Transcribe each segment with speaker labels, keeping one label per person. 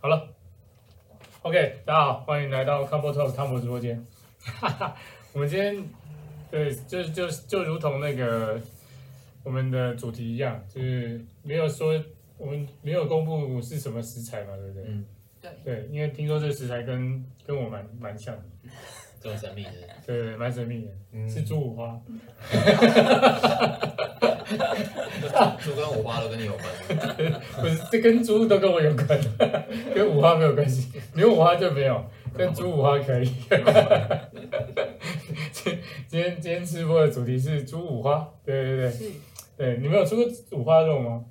Speaker 1: 好了，OK，大家好，欢迎来到 Combo Talk 汤姆直播间。 哈哈，我们今天对，就就就如同那个我们的主题一样，就是没有说我们没有公布是什么食材嘛，对不对？
Speaker 2: 嗯
Speaker 3: 对
Speaker 1: 对，因为听说这个食材跟跟我蛮蛮像的，
Speaker 2: 这么神秘的，
Speaker 1: 对对，对蛮神秘的，
Speaker 2: 嗯
Speaker 1: 是猪五花。
Speaker 2: 猪跟五花都跟你有关。
Speaker 1: 不是，这跟猪都跟我有关， 跟五花没有关系。牛五花就没有，但猪五花可以。 今今天今天吃播的主题是猪五花，对对对
Speaker 3: 是
Speaker 1: 对，你们有吃过五花肉吗？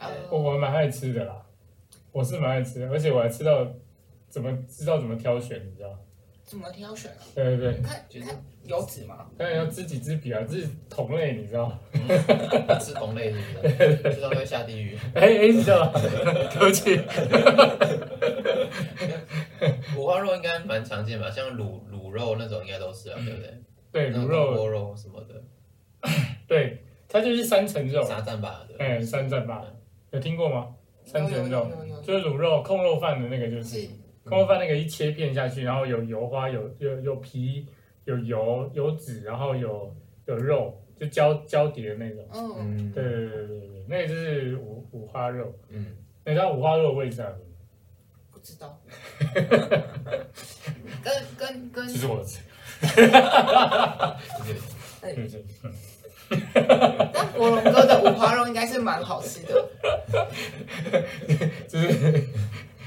Speaker 3: 呃
Speaker 1: 我我蛮爱吃的啦，我是蛮爱吃的，而且我还知道怎么知道怎么挑选，你知道？
Speaker 3: 怎么挑选啊？
Speaker 1: 对对对，
Speaker 3: 看
Speaker 2: 就是
Speaker 3: 看油脂吗？
Speaker 1: 当然要知己知彼啊，这是同类，你知道？
Speaker 2: 吃同类是不是？吃到会下地狱。
Speaker 1: 哎哎，你知道吗？ 对不起，
Speaker 2: 五花肉应该蛮常见吧，像卤卤肉那种应该都是啊，对不对？
Speaker 1: 对
Speaker 2: 那
Speaker 1: 卤
Speaker 2: 种
Speaker 1: 肉，
Speaker 2: 锅肉什么的，
Speaker 1: 对，它就是三层肉，
Speaker 2: 沙赞吧的。
Speaker 1: 哎，三层吧，有听过吗？三层肉
Speaker 3: 有。有有有
Speaker 1: 就是卤肉控肉饭的那个，就是是控肉饭那个一切片下去，然后有油花，有有有皮，有油有籽，然后有有肉，就交交叠的那种。
Speaker 3: 嗯，
Speaker 2: 嗯，
Speaker 1: 对，对对对对，那个就是五五花肉。
Speaker 2: 嗯，
Speaker 1: 你知道五花肉的位置在哪里吗？
Speaker 3: 不知 道。跟跟跟
Speaker 1: 其实我吃，
Speaker 2: 就是
Speaker 1: 对不对？
Speaker 3: 但火龙哥的五花肉应该是蛮好吃的，
Speaker 1: 就是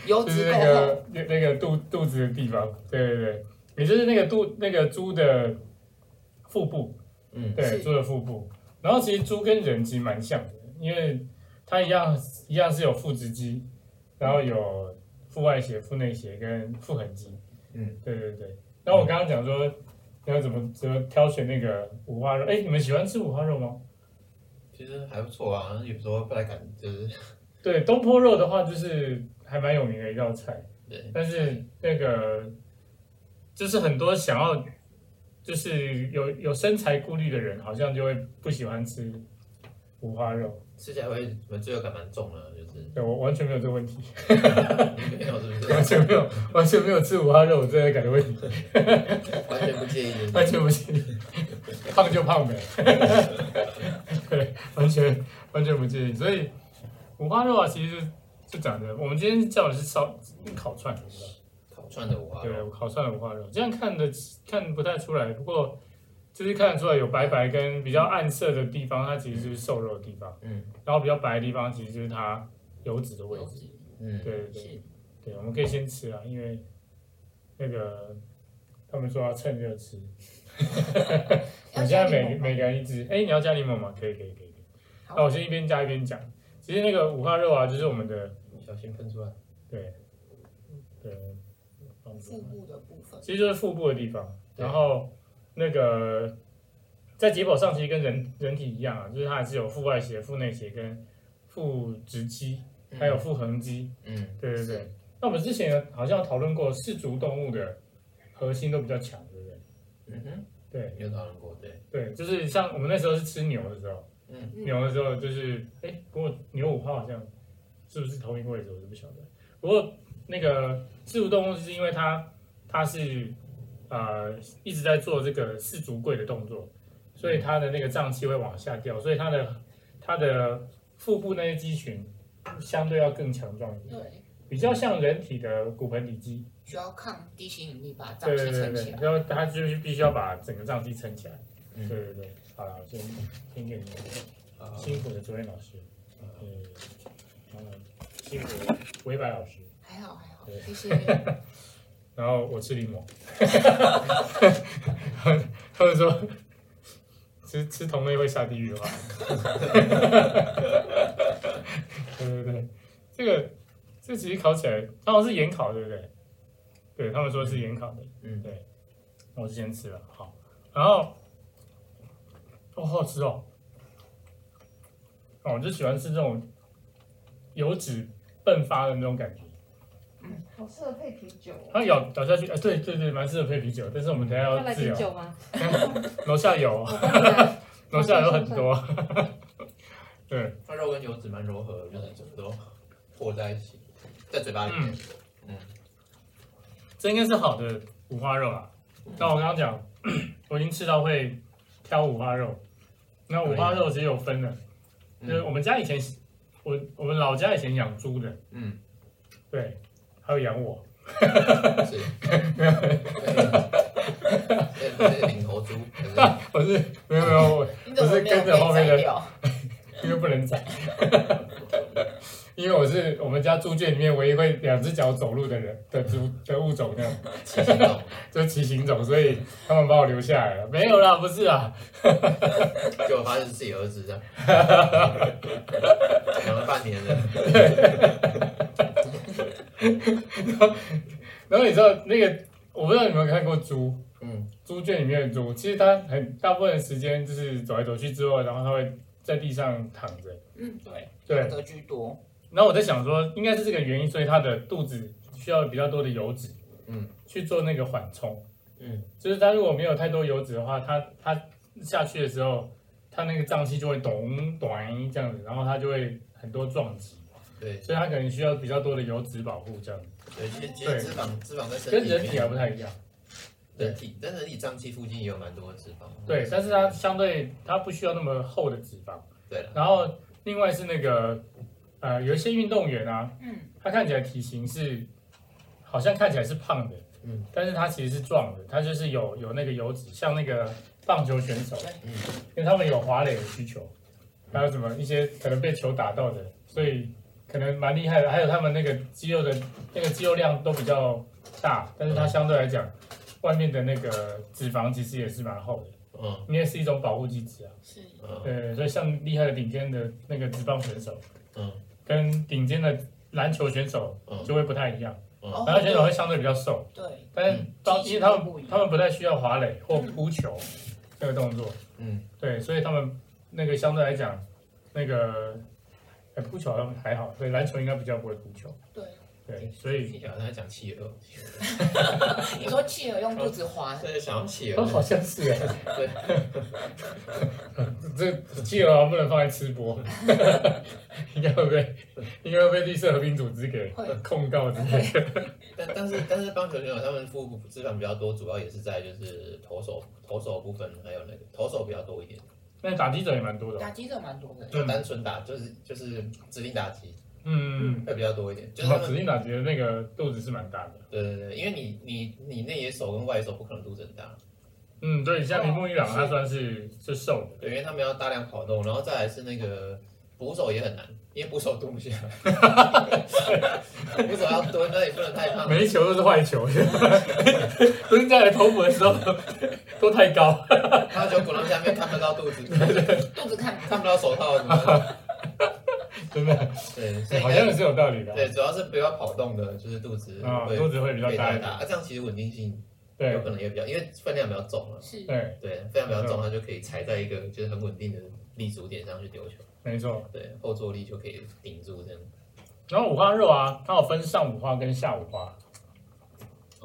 Speaker 3: 油
Speaker 1: 就
Speaker 3: 脂
Speaker 1: 是那
Speaker 3: 够厚。
Speaker 1: 个那那个肚肚子的地方。对对对，也就是那个肚那个猪的腹部。
Speaker 2: 嗯，
Speaker 1: 对，
Speaker 3: 是
Speaker 1: 猪的腹部。然后其实猪跟人其实蛮像的，因为它一样一样是有腹直肌，然后有腹外斜、腹内斜跟腹横肌。
Speaker 2: 嗯，
Speaker 1: 对对对。然后我刚刚讲说，你要怎么怎么挑选那个五花肉？哎，你们喜欢吃五花肉吗？
Speaker 2: 其实还不错啊，有时候不太敢，就是
Speaker 1: 对，东坡肉的话就是还蛮有名的一道菜，
Speaker 2: 对，
Speaker 1: 但是那个就是很多想要就是有有身材顾虑的人，好像就会不喜欢吃五花肉。
Speaker 2: 吃起来会罪恶感蛮重的，啊就是
Speaker 1: 对我完全没有这个问题，
Speaker 2: 你没有是不
Speaker 1: 完
Speaker 2: 是？
Speaker 1: 全没有，完全没有吃五花肉，我真的感觉问题，
Speaker 2: 完全不介意，就 是
Speaker 1: 完全不介意，胖就胖呗， 对，完全完全不介意。所以五花肉啊，其实就就讲的，我们今天叫的是烧烤串，你知道吗
Speaker 2: 烤串的五花肉，
Speaker 1: 对，烤串的五花肉，这样看的看不太出来，不过就是看得出来有白白跟比较暗色的地方，它其实就是瘦肉的地方，
Speaker 2: 嗯
Speaker 1: 然后比较白的地方其实就是它油脂的位
Speaker 3: 油
Speaker 1: 置，
Speaker 3: 脂
Speaker 2: 嗯，
Speaker 1: 对对对。
Speaker 3: 是
Speaker 1: 对，我们可以先吃啊，因为那个他们说要趁热吃。我
Speaker 3: 要
Speaker 1: 现
Speaker 3: 加
Speaker 1: 在每
Speaker 3: 柠檬吗
Speaker 1: 每个人一只，哎，你要加柠檬吗？可以，可以，可以。可以啊
Speaker 3: 好
Speaker 1: 那我先一边加一边讲。其实那个五花肉啊，就是我们的
Speaker 2: 小心喷出来。
Speaker 1: 对对，帮助
Speaker 3: 腹部的部分，
Speaker 1: 其实就是腹部的地方。
Speaker 2: 对
Speaker 1: 然后那个在解剖上其实跟人人体一样啊，就是它还是有腹外斜、腹内斜跟腹直肌，还有腹横肌。
Speaker 2: 嗯，
Speaker 1: 对对对
Speaker 3: 是。
Speaker 1: 那我们之前好像有讨论过，氏族动物的核心都比较强，对不对？
Speaker 2: 嗯哼，
Speaker 1: 对
Speaker 2: 有讨论过，对，
Speaker 1: 对，就是像我们那时候是吃牛的时候，
Speaker 2: 嗯
Speaker 3: 嗯
Speaker 1: 牛的时候就是，哎，不过牛五花好像是不是同一个位置，我就不晓得。不过那个氏族动物是因为它它是呃一直在做这个氏足跪的动作，所以它的那个脏器会往下掉，所以它的它的腹部那些肌群相对要更强壮一点，
Speaker 3: 对，
Speaker 1: 比较像人体的骨盆底肌。
Speaker 3: 需要抗地心引力把脏
Speaker 1: 对
Speaker 3: 器
Speaker 1: 对对
Speaker 3: 撑
Speaker 1: 对
Speaker 3: 起，来。
Speaker 1: 然后他就是必须要把整个脏器撑起来。
Speaker 2: 嗯
Speaker 1: 对对对，好了，我先先给你们
Speaker 2: 好，
Speaker 1: 辛苦的卓任老师，
Speaker 2: 好
Speaker 1: 对，然后辛苦的维白老师，
Speaker 3: 还好还好，
Speaker 1: 对
Speaker 3: 谢 谢。
Speaker 1: 然后我吃柠檬， 他们说吃吃同类会下地狱的话，对 对对，这个这其实烤起来，它好像是盐烤，对不对？对他们说是盐烤的。
Speaker 2: 嗯，
Speaker 1: 我之前吃了，好，然后哦，好好吃哦，哦，我就喜欢吃这种油脂迸发的那种感觉。
Speaker 4: 好适合配啤酒哦。
Speaker 1: 它咬咬下去，哎，对对对，蛮适合配啤酒，但是我们等一下
Speaker 4: 要
Speaker 1: 要
Speaker 4: 来
Speaker 1: 自
Speaker 4: 啤
Speaker 1: 由，
Speaker 4: 酒吗？
Speaker 1: 楼下有，楼下有很多，对
Speaker 2: 它肉跟油脂蛮柔和的，就是整个都和在一起。在嘴巴里面。
Speaker 1: 这应该是好的五花肉啊。那我刚刚讲，我已经吃到会挑五花肉。那五花肉其实有分的，就是
Speaker 2: 嗯
Speaker 1: 我们家以前，我我们老家以前养猪的，
Speaker 2: 嗯，
Speaker 1: 对，还有养我，
Speaker 2: 是。这这领头猪，可是
Speaker 1: 我是没有没有，我
Speaker 3: 你怎么没
Speaker 1: 我
Speaker 3: 有
Speaker 1: 是跟着后面的
Speaker 3: 被宰 掉？
Speaker 1: 因为不能宰， 因为我是我们家猪圈里面唯一会两只脚走路的人的猪的物种，这样
Speaker 2: 骑行动，
Speaker 1: 就是骑行种，所以他们把我留下来了。没有啦，不是啊啦，
Speaker 2: 结果发现是自己儿子这样，养了半年了。
Speaker 1: 然后你知道那个，我不知道你们有没有看过猪，
Speaker 2: 嗯
Speaker 1: 猪圈里面的猪，其实它很大部分的时间就是走来走去之后，然后它会在地上躺着。
Speaker 3: 嗯，对，
Speaker 1: 对，
Speaker 3: 的居多。
Speaker 1: 然后我在想说，应该是这个原因，所以它的肚子需要比较多的油脂，
Speaker 2: 嗯，
Speaker 1: 去做那个缓冲。
Speaker 2: 嗯，
Speaker 1: 就是它如果没有太多油脂的话，它它下去的时候，它那个脏器就会咚咚这样子，然后它就会很多撞击，
Speaker 2: 对，
Speaker 1: 所以它可能需要比较多的油脂保护这样子，
Speaker 2: 对，其实其实脂肪脂肪在身体
Speaker 1: 跟
Speaker 2: 里
Speaker 1: 人体还啊不
Speaker 2: 面，
Speaker 1: 太一样。
Speaker 2: 人体但人体脏器附近也有蛮多的脂肪。
Speaker 1: 对，但是它相对它不需要那么厚的脂肪。
Speaker 2: 对了，
Speaker 1: 然后另外是那个呃，有一些运动员啊，
Speaker 3: 嗯，
Speaker 1: 他看起来体型是好像看起来是胖的，
Speaker 2: 嗯，
Speaker 1: 但是他其实是壮的，他就是有有那个油脂，像那个棒球选手，
Speaker 2: 嗯
Speaker 1: 因为他们有滑垒的需求，还有什么一些可能被球打到的，所以可能蛮厉害的。还有他们那个肌肉的那个肌肉量都比较大，但是它相对来讲，外面的那个脂肪其实也是蛮厚的，
Speaker 2: 嗯
Speaker 1: 因为是一种保护机制啊。
Speaker 3: 是
Speaker 2: 嗯
Speaker 1: 对，所以像厉害的顶尖的那个职棒选手，
Speaker 2: 嗯
Speaker 1: 跟顶尖的篮球选手
Speaker 2: 嗯
Speaker 1: 就会不太一样。
Speaker 2: 嗯
Speaker 1: 篮球选手会相对比较瘦，
Speaker 3: 哦对，
Speaker 1: 但是当
Speaker 3: 嗯
Speaker 1: 因为他
Speaker 3: 技术不一
Speaker 1: 们
Speaker 3: 样嗯
Speaker 1: 他们不太需要滑垒或扑球这个动作，
Speaker 2: 嗯，
Speaker 1: 对，所以他们那个相对来讲，那个哎扑球好像还好，所以篮球应该比较不会扑球。
Speaker 3: 对，
Speaker 1: 对，所以
Speaker 2: 听起来好像在讲企鹅，
Speaker 3: 你说企鹅用肚子滑，
Speaker 2: 对，想要企
Speaker 1: 哦，好
Speaker 2: 鹅，
Speaker 1: 像是哎，
Speaker 2: 对，
Speaker 1: 这企鹅好像不能放在吃播， 应该会被应该会被绿色和平组织给
Speaker 3: 会
Speaker 1: 控告之类的。
Speaker 2: 但但是但是棒球选手他们腹部脂肪比较多，主要也是在就是投手投手部分，还有那个投手比较多一点，
Speaker 1: 那打击者也蛮多的哦，
Speaker 3: 打击者蛮多的。
Speaker 2: 就单纯打就是就是指定打击
Speaker 1: 嗯。
Speaker 2: 会比较多一点，就是他
Speaker 1: 哦，指
Speaker 2: 们
Speaker 1: 定打击的那个肚子是蛮大的。
Speaker 2: 对对对，因为你你你内野手跟外野手不可能肚子很大，
Speaker 1: 嗯，对，像铃木一朗，
Speaker 3: 是
Speaker 1: 他算是是瘦的，
Speaker 2: 对，因为他们要大量跑动，然后再来是那个捕手也很难，因为捕手蹲不下来， 捕手要蹲，那也不能太胖，
Speaker 1: 每一球都是坏球， 蹲下来投捕的时候都太高。
Speaker 2: 他就滚到下面看不到肚子，
Speaker 3: 肚子看
Speaker 2: 看不到手套什么的，
Speaker 1: 真的，
Speaker 2: 对，所以
Speaker 1: 好像是有道理的。
Speaker 2: 对，主要是不要跑动的，就是肚子
Speaker 1: 啊，
Speaker 2: 会
Speaker 1: 肚子会比较
Speaker 2: 会
Speaker 1: 大
Speaker 2: 太
Speaker 1: 一
Speaker 2: 大，
Speaker 1: 点。
Speaker 2: 啊，这样其实稳定性有
Speaker 1: 对
Speaker 2: 可能也比较，因为分量比较重了，
Speaker 3: 是
Speaker 1: 对，
Speaker 2: 对，分量比较重，它就可以踩在一个就是很稳定的立足点上去丢球，
Speaker 1: 没错。
Speaker 2: 对，后坐力就可以顶住这样，
Speaker 1: 然后五花肉啊，它有分上五花跟下五花，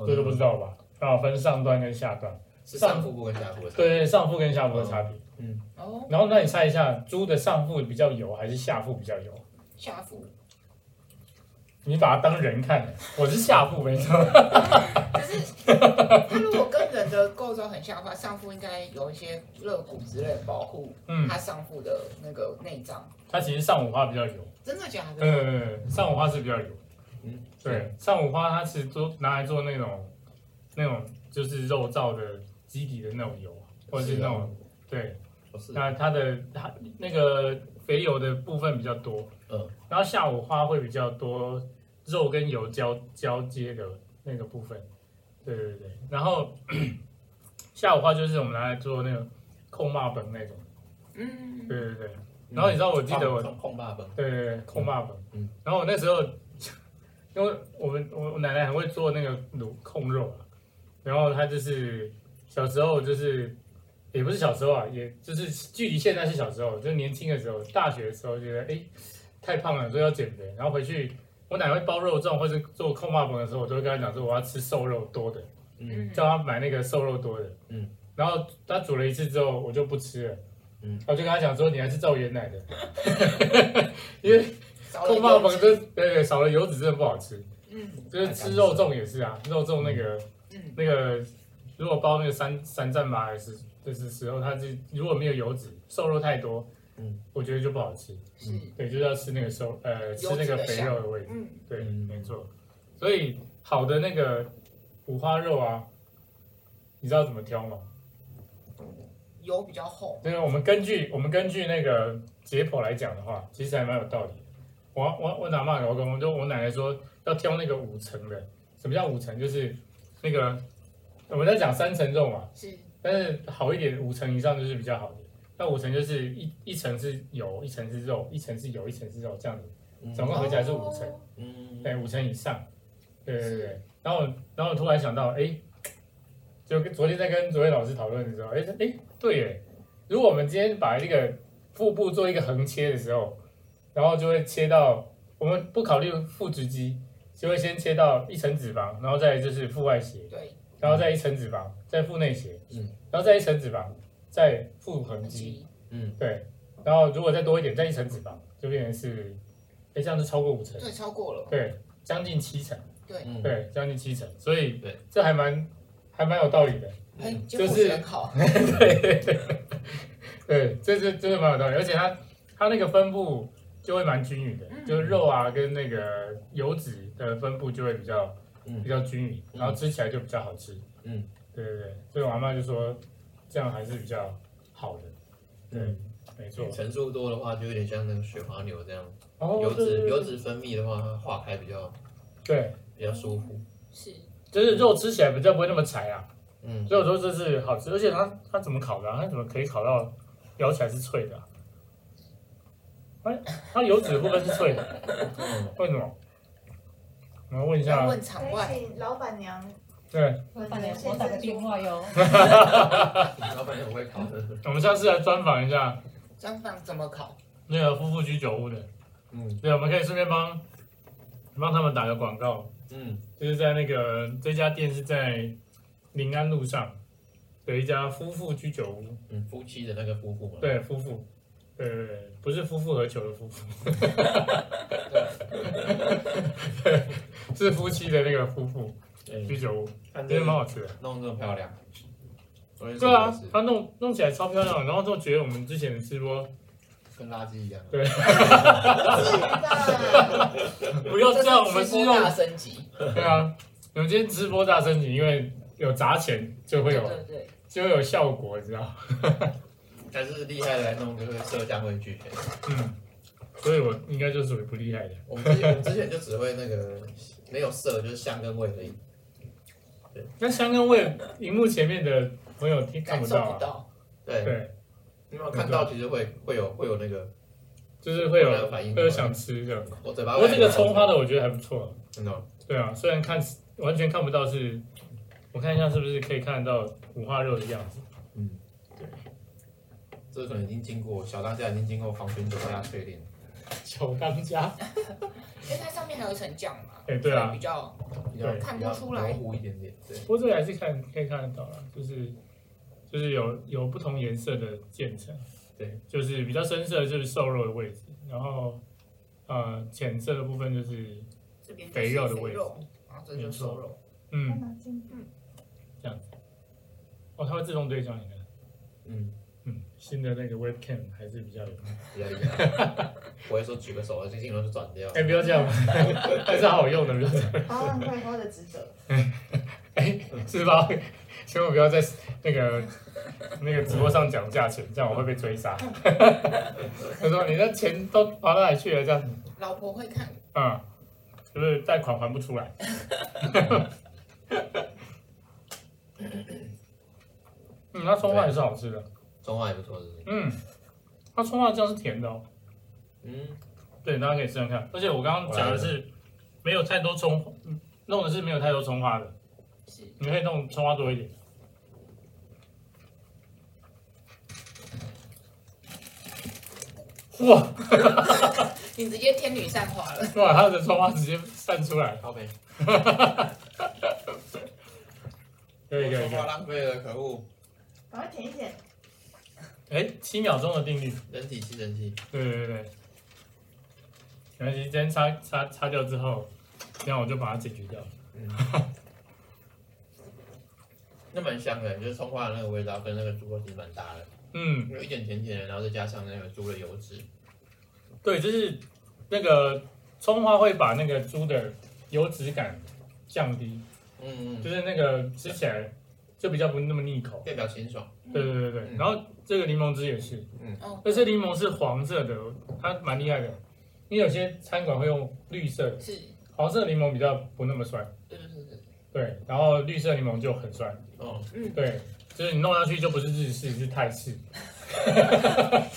Speaker 1: 这都不知道吧？它有分上段跟下段，
Speaker 2: 哦是上腹部跟下腹的差别，
Speaker 1: 对，嗯上腹跟下腹的差别。
Speaker 3: 哦，
Speaker 1: 然后那你猜一下，猪的上腹比较油还是下腹比较油？
Speaker 3: 下腹，
Speaker 1: 你把它当人看，我是下腹没错。
Speaker 3: 可是它如果跟人的构造很像的话，上腹应该有一些肋骨之类的保护
Speaker 1: 嗯，
Speaker 3: 它上腹的那个内脏，
Speaker 1: 它其实上五花比较油。
Speaker 3: 真的假的？
Speaker 1: 嗯，上五花是比较有，
Speaker 2: 嗯，
Speaker 1: 对，上五花它其实都拿来做那种那种就是肉燥的基底的那种油，或者是啊那种对，
Speaker 2: 不哦是，
Speaker 1: 那它的它那个肥油的部分比较多，
Speaker 2: 嗯，
Speaker 1: 然后下五花会比较多肉跟油交交接的那个部分，对对对，然后 下五花就是我们拿来做那个控骂本那种，
Speaker 3: 嗯，
Speaker 1: 对对对，然后你知道我记得我
Speaker 2: 嗯碰碰爸爸，
Speaker 1: 对对对，控爸爸。
Speaker 2: 嗯
Speaker 1: 然后我那时候，因为我们我我奶奶很会做那个卤控肉啊，然后她就是小时候就是也不是小时候啊，也就是距离现在是小时候，就是年轻的时候，大学的时候觉得哎太胖了，所以要减肥，然后回去。我奶奶会包肉粽或者做控霸粉的时候，我都会跟她讲说我要吃瘦肉多的，
Speaker 2: 嗯
Speaker 1: 叫她买那个瘦肉多的。
Speaker 2: 嗯，
Speaker 1: 然后她煮了一次之后，我就不吃了。
Speaker 2: 嗯，
Speaker 1: 我就跟她讲说你还是照原奶的，因为
Speaker 3: 少了
Speaker 1: 空霸
Speaker 3: 油
Speaker 1: 粉
Speaker 3: 脂
Speaker 1: 真对对少了油脂真的不好吃，
Speaker 3: 嗯
Speaker 1: 就是吃肉粽也是啊，肉粽那个
Speaker 3: 嗯，
Speaker 1: 那个如果包那个三三战马尔时就是时候，它是如果没有油脂，瘦肉太多，
Speaker 2: 嗯，
Speaker 1: 我觉得就不好吃。
Speaker 3: 是
Speaker 1: 对，就是要吃那个瘦呃吃那个肥肉的味道。
Speaker 3: 嗯
Speaker 1: 对，
Speaker 2: 嗯
Speaker 1: 没错。所以好的那个五花肉啊，你知道怎么挑吗？
Speaker 3: 油比较厚，
Speaker 1: 对，我们根据我们根据那个解剖来讲的话，其实还蛮有道理的。我我我哪骂老公，我就我奶奶说要挑那个五层的。什么叫五层？就是那个我们在讲三层肉嘛，
Speaker 3: 是
Speaker 1: 但是好一点五层以上就是比较好的。那五层就是一一层是油，一层是肉，一层是油，一层是肉这样子，总共合起来是五层。
Speaker 3: 哦
Speaker 2: 嗯，
Speaker 1: 哎对，五成以上。对对对对。然后我，然后我突然想到，哎，就跟昨天在跟卓伟老师讨论的时候，哎哎，对耶，如果我们今天把这个腹部做一个横切的时候，然后就会切到，我们不考虑腹直肌，就会先切到一层脂肪，然后再来就是腹外斜，
Speaker 3: 对，
Speaker 1: 然后再一层脂肪，再腹内斜，
Speaker 2: 嗯，
Speaker 1: 然后再一层脂肪，再腹横
Speaker 3: 很
Speaker 1: 肌，
Speaker 3: 急
Speaker 2: 嗯，
Speaker 1: 对，然后如果再多一点，再一层脂肪，就变成是，哎，这样就超过五层，
Speaker 3: 对，超过了，
Speaker 1: 对，将近七层。
Speaker 3: 对，
Speaker 2: 哦嗯，
Speaker 1: 对，将近七成，所以
Speaker 2: 对
Speaker 1: 这还蛮还蛮有道理的。
Speaker 3: 哎，
Speaker 1: 嗯就是
Speaker 3: 结果很好，
Speaker 1: 对，这是真的蛮有道理，而且它它那个分布就会蛮均匀的，
Speaker 3: 嗯
Speaker 1: 就是肉啊跟那个油脂的分布就会比较
Speaker 2: 嗯
Speaker 1: 比较均匀，
Speaker 2: 嗯
Speaker 1: 然后吃起来就比较好吃。
Speaker 2: 嗯，
Speaker 1: 对对对，所以我阿妈就说这样还是比较好的。对
Speaker 2: 嗯，
Speaker 1: 没错。
Speaker 2: 层数多的话，就有点像那个雪花牛这样，
Speaker 1: 哦
Speaker 2: 油
Speaker 1: 对对
Speaker 2: 脂
Speaker 1: 对
Speaker 2: 油脂分泌的话，它化开比较
Speaker 1: 对，
Speaker 2: 比较舒服。
Speaker 3: 是
Speaker 1: 就是肉吃起来比较不会那么柴啊，
Speaker 2: 嗯，
Speaker 1: 所以我说这是好吃，而且它它怎么烤的、啊？它怎么可以烤到咬起来是脆的、啊？哎，它油脂部分是脆的，
Speaker 2: 嗯
Speaker 1: 为什么？我们问一
Speaker 3: 要
Speaker 1: 下，啊
Speaker 3: 问场
Speaker 4: 可
Speaker 3: 外，
Speaker 4: 以请老板娘，
Speaker 1: 对，
Speaker 4: 老
Speaker 5: 板娘，我打个电。话哟。
Speaker 2: 老板也不会烤的。
Speaker 1: 我们下次来专访一下
Speaker 3: 张放怎么烤？
Speaker 1: 那个夫妇居酒屋的，
Speaker 2: 嗯
Speaker 1: 对，我们可以顺便帮帮他们打个广告，
Speaker 2: 嗯
Speaker 1: 就是在那个这家店是在临安路上有一家夫妇居酒屋，
Speaker 2: 嗯，夫妻的那个夫妇嘛。
Speaker 1: 对，夫妇，对对对，不是夫复何求的夫妇， 是夫妻的那个夫妇居
Speaker 2: 对，
Speaker 1: 酒屋，
Speaker 2: 看
Speaker 1: 真
Speaker 2: 这
Speaker 1: 的蛮好吃的。
Speaker 2: 弄这么漂亮。昨天吃
Speaker 1: 对啊
Speaker 2: 的是，
Speaker 1: 它弄弄起来超漂亮，然后就觉得我们之前的吃 播
Speaker 2: 跟垃圾一样。
Speaker 4: 是的，
Speaker 1: 不要这样，我们
Speaker 3: 这
Speaker 1: 是
Speaker 3: 是直播
Speaker 1: 用
Speaker 3: 大升级，
Speaker 1: 对啊，我们今天直播大升级，因为有砸钱就会
Speaker 3: 对
Speaker 1: 有
Speaker 3: 对对，
Speaker 1: 就会有效果，你知道？
Speaker 2: 但是厉害的来弄，就会色香味俱全。
Speaker 1: 嗯， 所以我应该就属于不厉害的。
Speaker 2: 我们之 前我们之前就只会那个没有色，就是香跟味而已。
Speaker 1: 那香跟味，荧幕前面的朋友听看
Speaker 3: 感
Speaker 1: 不
Speaker 3: 受
Speaker 1: 到
Speaker 3: 哎不
Speaker 1: 啊，
Speaker 3: 到，
Speaker 2: 对，
Speaker 1: 对，
Speaker 2: 因为我看到其实会会有会有那个
Speaker 1: 就是会有
Speaker 2: 会有反应
Speaker 1: 会有想吃这样。
Speaker 2: 我嘴巴
Speaker 1: 不
Speaker 2: 会。
Speaker 1: 过这个葱花的我觉得还不错，
Speaker 2: 真的哦，
Speaker 1: 对啊，虽然看完全看不到是，我看一下是不是可以看到五花肉的样子。
Speaker 2: 这个可能已经经过小当家已经经过防菌酒家淬炼。
Speaker 1: 小当家，
Speaker 3: 因为它上面还有一层酱嘛，
Speaker 1: 哎对啊
Speaker 3: 所以比较
Speaker 2: 比较
Speaker 1: 对
Speaker 3: 看不出来
Speaker 2: 比较模糊一点点。对，
Speaker 1: 不过这个还是看可以看得到啦，就是就是有有不同颜色的渐层，
Speaker 2: 对，
Speaker 1: 就是比较深色的就是瘦肉的位置，然后呃浅色的部分就是
Speaker 3: 这边就是
Speaker 1: 肥肉的位
Speaker 3: 肥
Speaker 1: 置，
Speaker 3: 肉，然后这就是瘦肉，
Speaker 1: 嗯，
Speaker 4: 拿进去
Speaker 1: 哦，它会自动对焦你的，
Speaker 2: 嗯，
Speaker 1: 嗯，新的那个 webcam 还是比较有，
Speaker 2: 比较厉害。 我会说举个手，这镜头就转掉。
Speaker 1: 哎、不要这样， 还是好用的，不要这样，
Speaker 4: 八万块花的职责，
Speaker 1: 哎、是吧？ 千万不要在那个那个直播上讲价钱，这样我会被追杀。他说你那钱都跑到哪里去了？这样子。
Speaker 3: 老婆会看，
Speaker 1: 嗯，就是贷款还不出来。 嗯，它葱花也是好吃的。
Speaker 2: 中华也不错，是不是？
Speaker 1: 嗯，它葱花酱是甜的、哦。
Speaker 2: 嗯，
Speaker 1: 对，大家可以试试看。而且我刚刚讲的是没有太多葱，嗯弄的是没有太多葱花的，
Speaker 3: 是
Speaker 1: 你可以弄葱花多一点。哇
Speaker 3: 你直接天女散花了，
Speaker 1: 哇，它的葱花直接散出来了。
Speaker 2: 好呗。
Speaker 1: 可以可以
Speaker 2: 中
Speaker 1: 可
Speaker 2: 华
Speaker 1: 以。
Speaker 2: 浪费了，可恶！
Speaker 4: 赶快舔一舔。
Speaker 1: 哎，七秒钟的定律。
Speaker 2: 人体吸尘器，
Speaker 1: 对对对对，没关系，今天擦擦擦掉之后，这样我就把它解决掉了。
Speaker 2: 那蛮香的，就是葱花的那个味道跟那个猪肉其实蛮搭的，
Speaker 1: 嗯，
Speaker 2: 有一点甜甜的，然后再加上那个猪的油脂，
Speaker 1: 对，就是那个葱花会把那个猪的油脂感降低，
Speaker 2: 嗯
Speaker 1: 就
Speaker 2: 嗯，
Speaker 1: 是那个吃起来就比较不那么腻口。
Speaker 2: 变比较清爽，
Speaker 1: 对对对对，
Speaker 2: 嗯
Speaker 1: 然后这个柠檬汁也是，
Speaker 3: 哦，
Speaker 1: 而且柠檬是黄色的，它蛮厉害的。因为有些餐馆会用绿色的，
Speaker 3: 是，
Speaker 1: 黄色的柠檬比较不那么酸，
Speaker 3: 对对对对，嗯
Speaker 1: 对，然后绿色柠檬就很酸，
Speaker 2: 哦，
Speaker 1: 对，就是你弄下去就不是日式，是泰式。
Speaker 3: 对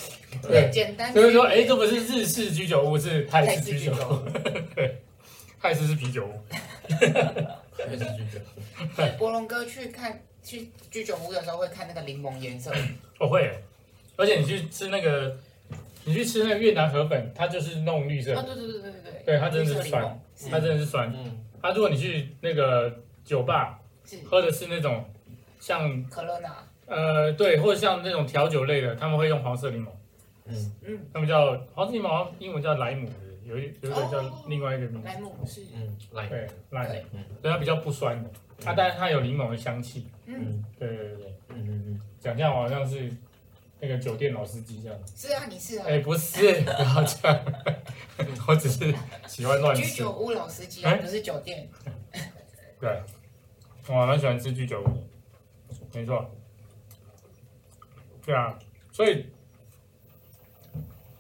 Speaker 1: 对，
Speaker 3: 简单
Speaker 1: 所以说，哎，
Speaker 3: 区别
Speaker 1: 这不是日式居酒屋，是泰
Speaker 3: 啊
Speaker 1: 式
Speaker 3: 泰式
Speaker 1: 居
Speaker 3: 居
Speaker 1: 酒
Speaker 3: 酒
Speaker 1: 屋。 对，泰式是啤酒屋。
Speaker 2: 还是拒 绝，
Speaker 3: 博龙哥去看去居酒屋的时候会看那个柠檬颜色，
Speaker 1: 我哦会耶，而且你去吃那个，你去吃那个越南河粉，它就是弄绿色
Speaker 3: 啊，
Speaker 1: 的，
Speaker 3: 对对对对对对，
Speaker 1: 对，它真的是
Speaker 3: 绿色柠
Speaker 1: 酸，
Speaker 3: 檬
Speaker 1: 它真的是酸。
Speaker 2: 嗯，
Speaker 1: 它如果你去那个酒吧
Speaker 3: 是
Speaker 1: 喝的是那种像
Speaker 3: 可乐拿，
Speaker 1: 呃对，或者像那种调酒类的，他们会用黄色柠檬，
Speaker 2: 嗯，
Speaker 3: 嗯，
Speaker 1: 他们叫黄色柠檬，好像英文叫莱姆，有一有一个
Speaker 3: 哦
Speaker 1: 叫另外一个名字，
Speaker 3: 莱姆是，
Speaker 2: 嗯，来，
Speaker 1: 对，莱姆
Speaker 2: 嗯，
Speaker 1: 对，它比较不酸的，它但是它有柠檬的香气，
Speaker 3: 嗯，
Speaker 2: 嗯
Speaker 1: 对对对对，
Speaker 2: 嗯嗯
Speaker 1: 讲这样我好像是那个酒店老司机这样。
Speaker 3: 是啊，你是啊
Speaker 1: 哎、，不是，不要这样， 我只是喜欢乱
Speaker 3: 居
Speaker 1: 吃。
Speaker 3: 酒屋老司机
Speaker 1: 哎
Speaker 3: 啊，不是酒店，
Speaker 1: 对，我蛮喜欢吃居酒屋的，没错。对啊，所以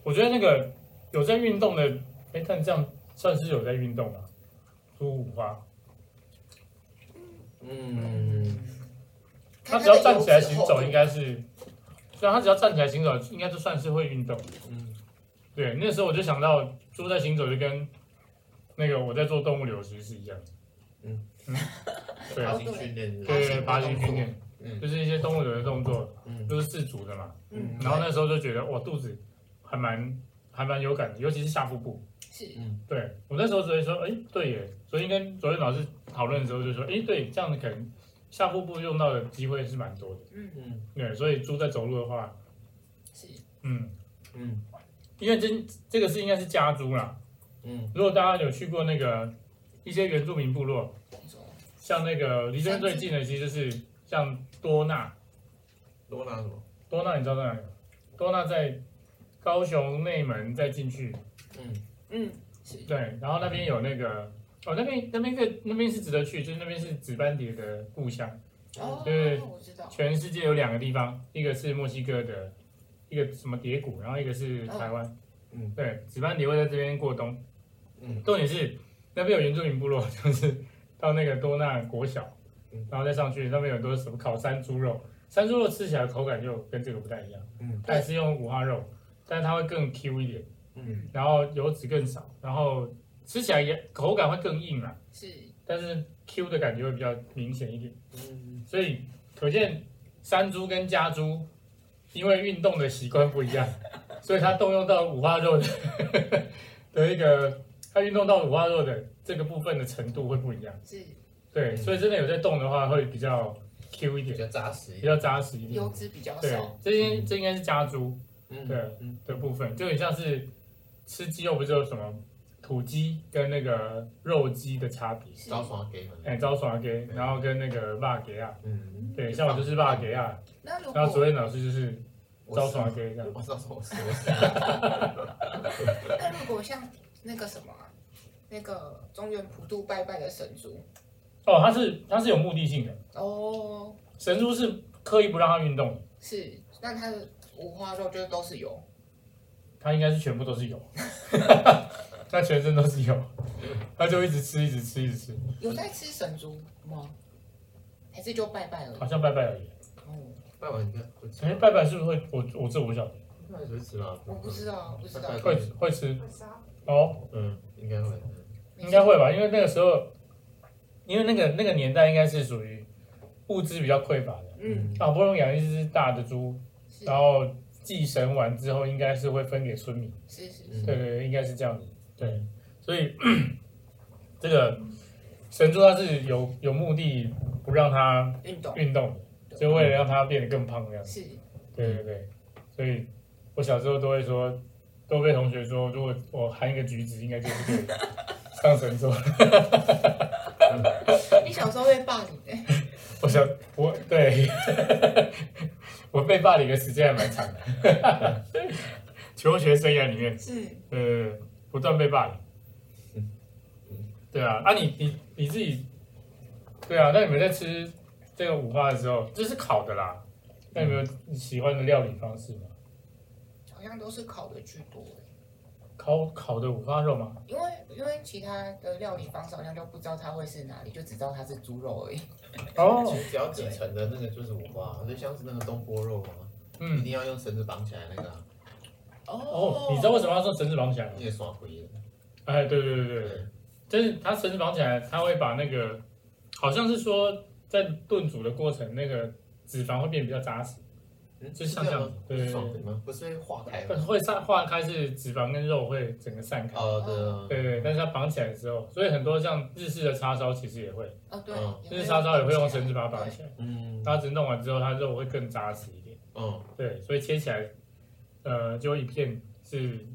Speaker 1: 我觉得那个有在运动的，哎、但这样算是有在运动吗？猪五花，
Speaker 2: 嗯，
Speaker 1: 他只要站起来
Speaker 3: 看它的油脂
Speaker 1: 行
Speaker 3: 厚
Speaker 1: 走，
Speaker 3: 度
Speaker 1: 应该是，对啊，他只要站起来行走，应该就算是会运动。
Speaker 2: 嗯，
Speaker 1: 对，那时候我就想到猪在行走就跟那个我在做动物流食是一样的。
Speaker 2: 嗯
Speaker 1: 嗯，对
Speaker 2: 爬行训练，
Speaker 1: 对，爬行训，练，
Speaker 2: 嗯
Speaker 1: 就是一些动物流的动作，
Speaker 2: 嗯
Speaker 1: 都是自主的嘛。
Speaker 2: 嗯，
Speaker 1: 然后那时候就觉得哇，肚子还蛮还蛮有感的，尤其是下腹部。
Speaker 3: 是
Speaker 2: 嗯
Speaker 1: 对我那时候所以说，哎，对耶，所以跟昨天老师讨论的时候就说，哎，对，这样子可能下腹部用到的机会是蛮多的。
Speaker 2: 嗯
Speaker 1: 对，所以猪在走路的话，
Speaker 3: 是，
Speaker 1: 嗯，
Speaker 2: 嗯
Speaker 1: 因为这这个是应该是家猪啦，
Speaker 2: 嗯
Speaker 1: 如果大家有去过那个一些原住民部落，
Speaker 3: 没错
Speaker 1: 像那个离这边最近的，其实就是像多纳。
Speaker 2: 多拿什么？
Speaker 1: 多纳你知道在哪里吗？多纳在高雄内门再进去，
Speaker 2: 嗯
Speaker 3: 嗯，是
Speaker 1: 对，然后那边有那个。哦，那边那边个那边是值得去，就是那边是紫斑蝶的故乡。
Speaker 3: 哦，
Speaker 1: 对
Speaker 3: 我知道，
Speaker 1: 全世界有两个地方，一个是墨西哥的一个什么蝶谷，然后一个是台湾。
Speaker 2: 嗯
Speaker 1: 对，紫斑蝶会在这边过冬。
Speaker 2: 嗯
Speaker 1: 重点是那边有原住民部落，就是到那个多纳国小
Speaker 2: 嗯，
Speaker 1: 然后再上去，那边有很多什么烤山猪肉，山猪肉吃起来口感就跟这个不太一样，
Speaker 2: 嗯，
Speaker 1: 它也是用五花肉，但是它会更 Q 一点，
Speaker 2: 嗯
Speaker 1: 然后油脂更少，然后吃起来也口感会更硬啊，
Speaker 3: 是
Speaker 1: 但是 Q 的感觉会比较明显一点，
Speaker 2: 嗯
Speaker 1: 所以可见山猪跟家猪因为运动的习惯不一 样，所以它动用到五花肉的的一 个，它运动到五花肉的这个部分的程度会不一样。
Speaker 3: 是，
Speaker 1: 对，
Speaker 3: 嗯
Speaker 1: 所以真的有在动的话，会比较 Q 一
Speaker 2: 比
Speaker 1: 点，
Speaker 2: 较扎实一
Speaker 1: 比
Speaker 2: 点，
Speaker 1: 较扎实一点。
Speaker 3: 油脂比较
Speaker 1: 对
Speaker 3: 少，，嗯
Speaker 1: 这些这应该是家猪
Speaker 2: 嗯嗯
Speaker 1: 的部分，就很像是吃鸡肉，不是有什么土鸡跟那个肉鸡的差别？
Speaker 3: 是
Speaker 2: 招爽给很，
Speaker 1: 哎，招耍给，然后跟那个辣给啊，
Speaker 2: 嗯，
Speaker 1: 对，像我就是辣给啊，
Speaker 3: 那如
Speaker 1: 然后昨
Speaker 3: 果
Speaker 1: 天老师就是招啊耍给这样。
Speaker 2: 我上次我说
Speaker 3: 那如果像那个什么啊、那个中原普渡拜拜的神猪，
Speaker 1: 哦，它是它是有目的性的，
Speaker 3: 哦，
Speaker 1: 神猪是刻意不让它运动的，
Speaker 3: 是，那它的五花肉就都是油，
Speaker 1: 它应该是全部都是 油，它全身都是油，它就一直吃，一直吃，一直吃。
Speaker 3: 有在吃神猪吗？还是就拜拜而已？
Speaker 1: 好像拜拜而已。
Speaker 3: 哦，
Speaker 2: 拜完就不吃
Speaker 1: 哎，，拜拜是不是会？我我这我不晓得，
Speaker 2: 拜完就吃了，
Speaker 3: 我不知道，不知道
Speaker 2: 拜，
Speaker 1: 会会吃
Speaker 4: 会杀
Speaker 1: 哦，
Speaker 2: 嗯，应该会，
Speaker 1: 应该会吧？因为那个时候，因为那个那个年代应该是属于物资比较匮乏的，
Speaker 3: 嗯，
Speaker 1: 好不容易养一只大的猪，
Speaker 3: 是
Speaker 1: 然后祭神完之后，应该是会分给村民。
Speaker 3: 是是
Speaker 2: 嗯
Speaker 1: 对对对，应该是这样子。对，所以 这个神猪它是有有目的不让它
Speaker 3: 运动
Speaker 1: 运动的，就为了让它变得更胖这样子。
Speaker 3: 是
Speaker 1: 对对对，所以我小时候都会说，都被同学说，如果我含一个橘子，应该就是可以 上神州。
Speaker 3: 你小时候被霸凌哎，
Speaker 1: 我想，我对， 我被霸凌的时间还蛮长的， 求学生涯里面，
Speaker 3: 是
Speaker 1: 呃，不断被霸凌。对啊，啊你你你自己，对啊，那你们在吃这个五花的时候，这是烤的啦，那你们有喜欢的料理方式吗？
Speaker 3: 好像都是烤的居多哎，
Speaker 1: 烤烤的五花肉吗？
Speaker 3: 因为因为其他的料理方式好像都不知道它会是哪里，就只知道它是猪肉而已。
Speaker 1: 哦，
Speaker 2: 只要几层的那个就是五花，就像是那个东坡肉嘛，一
Speaker 1: 嗯，
Speaker 2: 定要用绳子绑起来那个啊，
Speaker 1: 哦，你知道为什么要说绳子绑起来吗？
Speaker 2: 你也耍鬼了。
Speaker 1: 哎，对对对对对，
Speaker 2: 对，嗯
Speaker 1: 就是他绳子绑起来，他会把那个，好像是说在炖煮的过程，那个脂肪会变比较扎实，
Speaker 2: 嗯
Speaker 1: 就是像这样，对对
Speaker 2: 爽
Speaker 1: 对
Speaker 2: 的吗？不是会化开
Speaker 1: 对，
Speaker 2: 吗？
Speaker 1: 会散化开是脂肪跟肉会整个散开，
Speaker 2: 哦，对啊，
Speaker 1: 对对，对但是它绑起来之后，所以很多像日式的叉烧其实也会，
Speaker 3: 哦，对
Speaker 2: 嗯，
Speaker 1: 日式叉烧也会用绳子把它绑起来，
Speaker 2: 嗯，
Speaker 1: 它只弄完之后，它肉会更扎实一点，
Speaker 2: 嗯，
Speaker 1: 对，所以切起来，呃，就一片是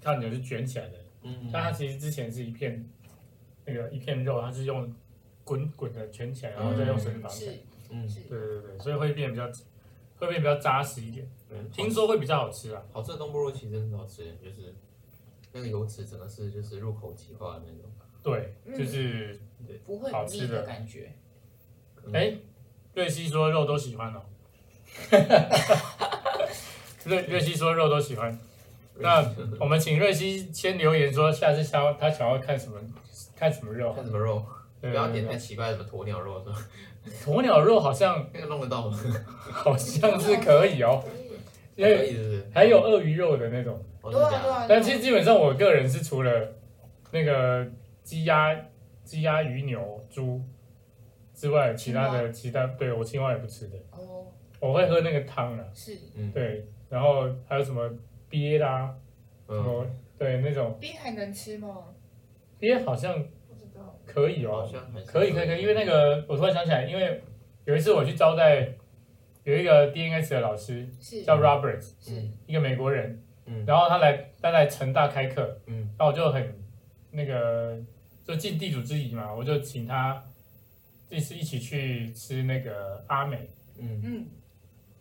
Speaker 1: 看起来是卷起来的，
Speaker 2: 嗯，
Speaker 1: 但它其实之前是一片那个一片肉，它是用滚滚的卷起来，然后再用绳子绑起来。
Speaker 3: 是
Speaker 2: 嗯，
Speaker 3: 是，
Speaker 1: 对对对，所以会变比较会变比较扎实一点，
Speaker 2: 嗯
Speaker 1: 听说会比较好吃啊。
Speaker 2: 好吃的东坡肉其实真的很好吃，就是那个油脂整个是就是入口即化的那种。
Speaker 1: 对，
Speaker 3: 嗯
Speaker 1: 就是
Speaker 3: 不会
Speaker 1: 好
Speaker 3: 有
Speaker 1: 吃
Speaker 3: 腻
Speaker 1: 的
Speaker 3: 的感觉。
Speaker 2: 嗯
Speaker 1: 哎、瑞希说肉都喜欢 哦。瑞瑞希说肉都喜欢， 那我们请瑞希先留言说下次想要他想要看什么看什么肉，
Speaker 2: 看什么肉，不
Speaker 1: 对
Speaker 2: 要
Speaker 1: 对
Speaker 2: 点
Speaker 1: 对
Speaker 2: 太奇怪的什么鸵鸟肉是吧？
Speaker 1: 鸵鸟肉好像
Speaker 2: 那个弄得到吗？
Speaker 1: 好像是可以哦，因
Speaker 2: 可
Speaker 1: 为
Speaker 2: 以是不是？
Speaker 1: 还有鳄鱼肉的那种。
Speaker 2: 哦，真的
Speaker 3: 对啊
Speaker 2: 假
Speaker 3: 对
Speaker 2: 的？
Speaker 3: 啊，
Speaker 1: 但是基本上，我个人是除了那个鸡鸭、鸡鸭、鱼、牛、猪之外，其他的其他对我青蛙也不吃的，
Speaker 3: 哦
Speaker 1: 我会喝那个汤啊，
Speaker 3: 是
Speaker 2: 嗯，，
Speaker 1: 对，然后还有什么鳖啦，什
Speaker 2: 嗯，
Speaker 1: 么对啊哦那种
Speaker 3: 冰还能吃吗？
Speaker 1: 鳖好像
Speaker 4: 不知道，
Speaker 1: 可以
Speaker 2: 好
Speaker 1: 哦，
Speaker 2: 像还是
Speaker 1: 可以可以可以，因为那个我突然想起来，因为有一次我去招待有一个 DNS 的老师
Speaker 3: 是
Speaker 1: 叫 Roberts，
Speaker 3: 是
Speaker 1: 一个美国人，
Speaker 2: 嗯
Speaker 1: 然后他来他来成大开课，
Speaker 2: 嗯
Speaker 1: 那我就很那个，就尽地主之谊嘛，我就请他这次一起去吃那个阿美，
Speaker 2: 嗯
Speaker 3: 嗯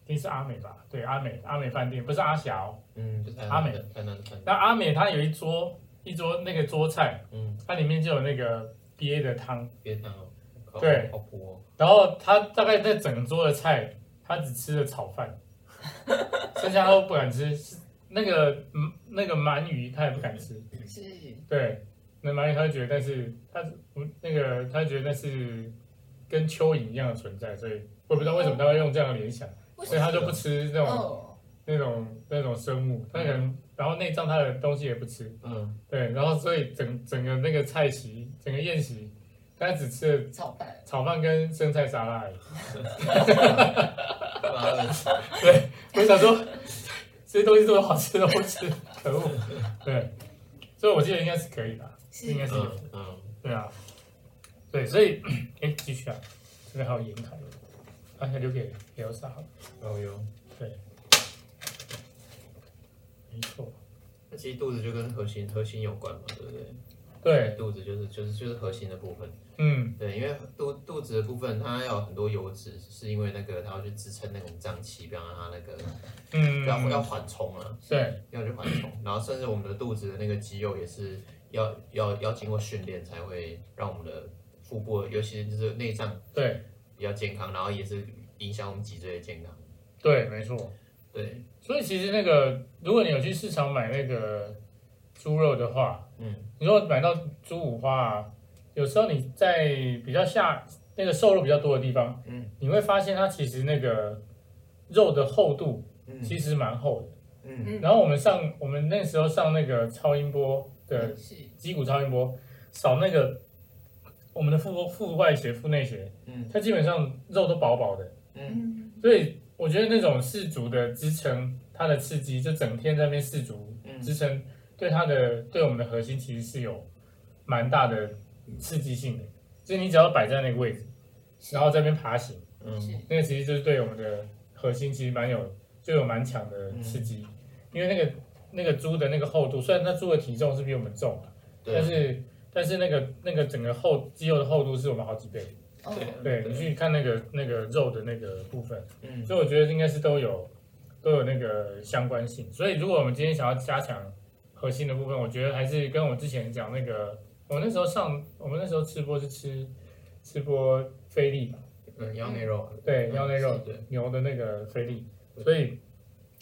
Speaker 1: 应该是阿美吧？对，阿美阿美饭店不是阿霞哦。
Speaker 2: 嗯，就是
Speaker 1: 阿美
Speaker 2: 的台南的饭
Speaker 1: 那
Speaker 2: 店，
Speaker 1: 阿美它有一桌一桌那个桌菜，
Speaker 2: 嗯，
Speaker 1: 它里面就有那个鳖的汤，
Speaker 2: 别汤哦，好
Speaker 1: 对
Speaker 2: 好补哦，
Speaker 1: 然后他大概在整桌的菜，他只吃了炒 饭，剩下他都不敢吃。是那个嗯那个鳗鱼他也不敢吃，
Speaker 3: 是
Speaker 1: 对，那蚂蚁他觉得，但是他嗯那个他觉得那是跟蚯蚓一样的存在，所以我也不知道为什么他会用这样的联想，
Speaker 3: 为
Speaker 1: 所
Speaker 3: 什
Speaker 1: 以
Speaker 3: 么？
Speaker 1: 他就不吃那种
Speaker 3: 哦，嗯
Speaker 1: 那种那种生物，他可能然后内脏他的东西也不吃，
Speaker 2: 嗯，
Speaker 1: 对，然后所以整整个那个菜席整个宴席，他只吃了
Speaker 3: 炒饭
Speaker 1: 炒饭跟生菜沙拉而已。
Speaker 2: 拉二
Speaker 1: 我想说 这些东西这么好吃都不吃，可恶，对，所以我记得应该是可以吧，
Speaker 3: 是
Speaker 1: 应该是有。
Speaker 2: 嗯嗯，
Speaker 1: 对啊，对，所以 哎，继续啊，这边还有严凯，刚才留给 L 莎好了，
Speaker 2: 有有。
Speaker 1: 没错，
Speaker 2: 那其实肚子就跟核心核心有关嘛，对不对？
Speaker 1: 对，
Speaker 2: 肚子就是就是就是核心的部分，
Speaker 1: 嗯，
Speaker 2: 对，因为肚肚子的部分它要有很多油脂，是因为那个它要去支撑那种脏器，不要让它那个
Speaker 1: 嗯，
Speaker 2: 要要缓冲啊，
Speaker 1: 对，
Speaker 2: 要去缓冲，然后甚至我们的肚子的那个肌肉也是要要要经过训练才会让我们的腹部，尤其是就是内脏
Speaker 1: 对，
Speaker 2: 比较健康，然后也是影响我们脊椎的健康。
Speaker 1: 对，没错。
Speaker 2: 对，
Speaker 1: 所以其实那个，如果你有去市场买那个猪肉的话，
Speaker 2: 嗯，
Speaker 1: 你如果买到猪五花啊，有时候你在比较下那个瘦肉比较多的地方，
Speaker 2: 嗯，
Speaker 1: 你会发现它其实那个肉的厚度
Speaker 2: 嗯
Speaker 1: 其实蛮厚的。
Speaker 2: 嗯
Speaker 3: 嗯
Speaker 1: 然后我们上我们那时候上那个超音波的
Speaker 3: 是
Speaker 1: 脊骨超音波扫那个我们的腹腹外斜、腹内斜，
Speaker 2: 嗯
Speaker 1: 它基本上肉都薄薄的，
Speaker 2: 嗯
Speaker 4: 嗯，
Speaker 1: 所以我觉得那种氏足的支撑，它的刺激就整天在那边氏足
Speaker 2: 嗯
Speaker 1: 支撑，对它的对我们的核心其实是有蛮大的刺激性的，就是你只要摆在那个位置，然后在那边爬行，
Speaker 2: 嗯，
Speaker 3: 是
Speaker 1: 那个
Speaker 2: 嗯
Speaker 1: 其实就是对我们的核心其实蛮有就有蛮强的刺激，因为那个那个猪的那个厚度，虽然它猪的体重是比我们重啊，但
Speaker 2: 对
Speaker 1: 是但是那个那个整个厚肌肉的厚度是我们好几倍。
Speaker 3: 哦
Speaker 2: 对
Speaker 1: 对你去看那个那个肉的那个部分，
Speaker 2: 嗯
Speaker 1: 所以我觉得应该是都有都有那个相关性。所以如果我们今天想要加强核心的部分，我觉得还是跟我之前讲那个，我那时候上我们那时候吃播是吃吃播菲力吧，
Speaker 2: 嗯，羊内肉，
Speaker 1: 对，腰内肉
Speaker 2: 是对
Speaker 1: 牛的那个菲力，
Speaker 2: 对
Speaker 1: 所以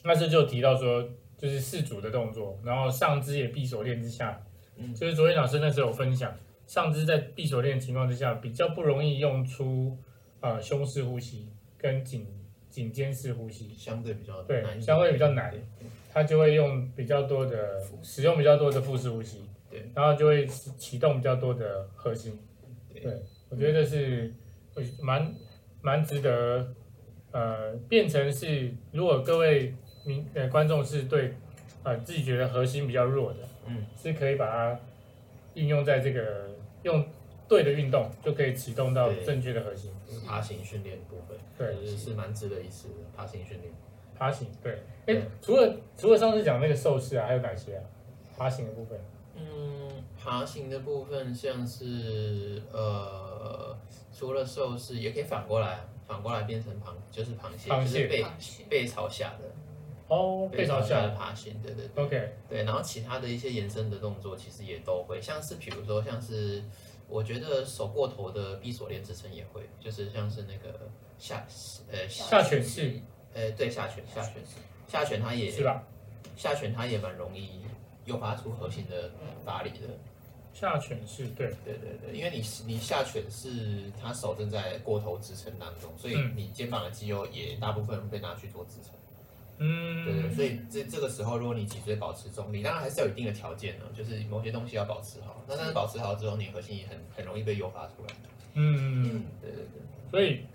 Speaker 1: 那时候就提到说，就是四组的动作，然后上肢也闭锁链之下，
Speaker 2: 嗯
Speaker 1: 就是昨天老师那时候有分享，上肢在闭锁链的情况之下，比较不容易用出呃胸式呼吸跟颈颈肩式呼吸，
Speaker 2: 相对比较
Speaker 1: 对
Speaker 2: 难一点，
Speaker 1: 相对比较难
Speaker 2: 对
Speaker 1: 他就会用比较多的使用比较多的腹式呼吸，
Speaker 2: 对，
Speaker 1: 然后就会启动比较多的核心，
Speaker 2: 对
Speaker 1: 对，我觉得是我蛮蛮值得呃变成是，如果各位民呃观众是对呃自己觉得核心比较弱的，
Speaker 2: 嗯，
Speaker 1: 是可以把它应用在这个用对的运动就可以启动到
Speaker 2: 对
Speaker 1: 正确的核心，
Speaker 2: 就是爬行训练的部分，
Speaker 1: 对，
Speaker 2: 就是是蛮值得一试的爬行训练。
Speaker 1: 爬行对，哎
Speaker 2: 对，
Speaker 1: 除了除了上次讲那个瘦式啊，还有哪些啊？爬行的部分。
Speaker 2: 嗯，爬行的部分像是呃，除了兽式，也可以反过来，反过来变成螃，就是螃蟹，
Speaker 1: 螃
Speaker 2: 就
Speaker 1: 蟹
Speaker 2: 是背
Speaker 3: 螃蟹
Speaker 2: 背朝下的，
Speaker 1: 哦，背朝下
Speaker 2: 下的。爬行，对对
Speaker 1: OK，
Speaker 2: 对。然后其他的一些延伸的动作，其实也都会，像是比如说像是。我觉得手过头的闭锁链支撑也会，就是像是那个下呃
Speaker 1: 下犬式
Speaker 2: 呃对下犬下犬下犬它也
Speaker 1: 是吧？
Speaker 2: 下犬它也蛮容易诱发出核心的发力的，
Speaker 1: 下犬式对，
Speaker 2: 对对对，因为你你下犬是他手正在过头支撑当中，所以
Speaker 1: 嗯
Speaker 2: 你肩膀的肌肉也大部分被拿去做支撑。对对，
Speaker 1: 嗯，
Speaker 2: 所以这这个时候，如果你脊椎保持中立，当然还是有一定的条件呢，就是某些东西要保持好。那但是保持好之后，你核心也很很容易被诱发出来。
Speaker 1: 嗯，
Speaker 2: 对对对，
Speaker 1: 所以，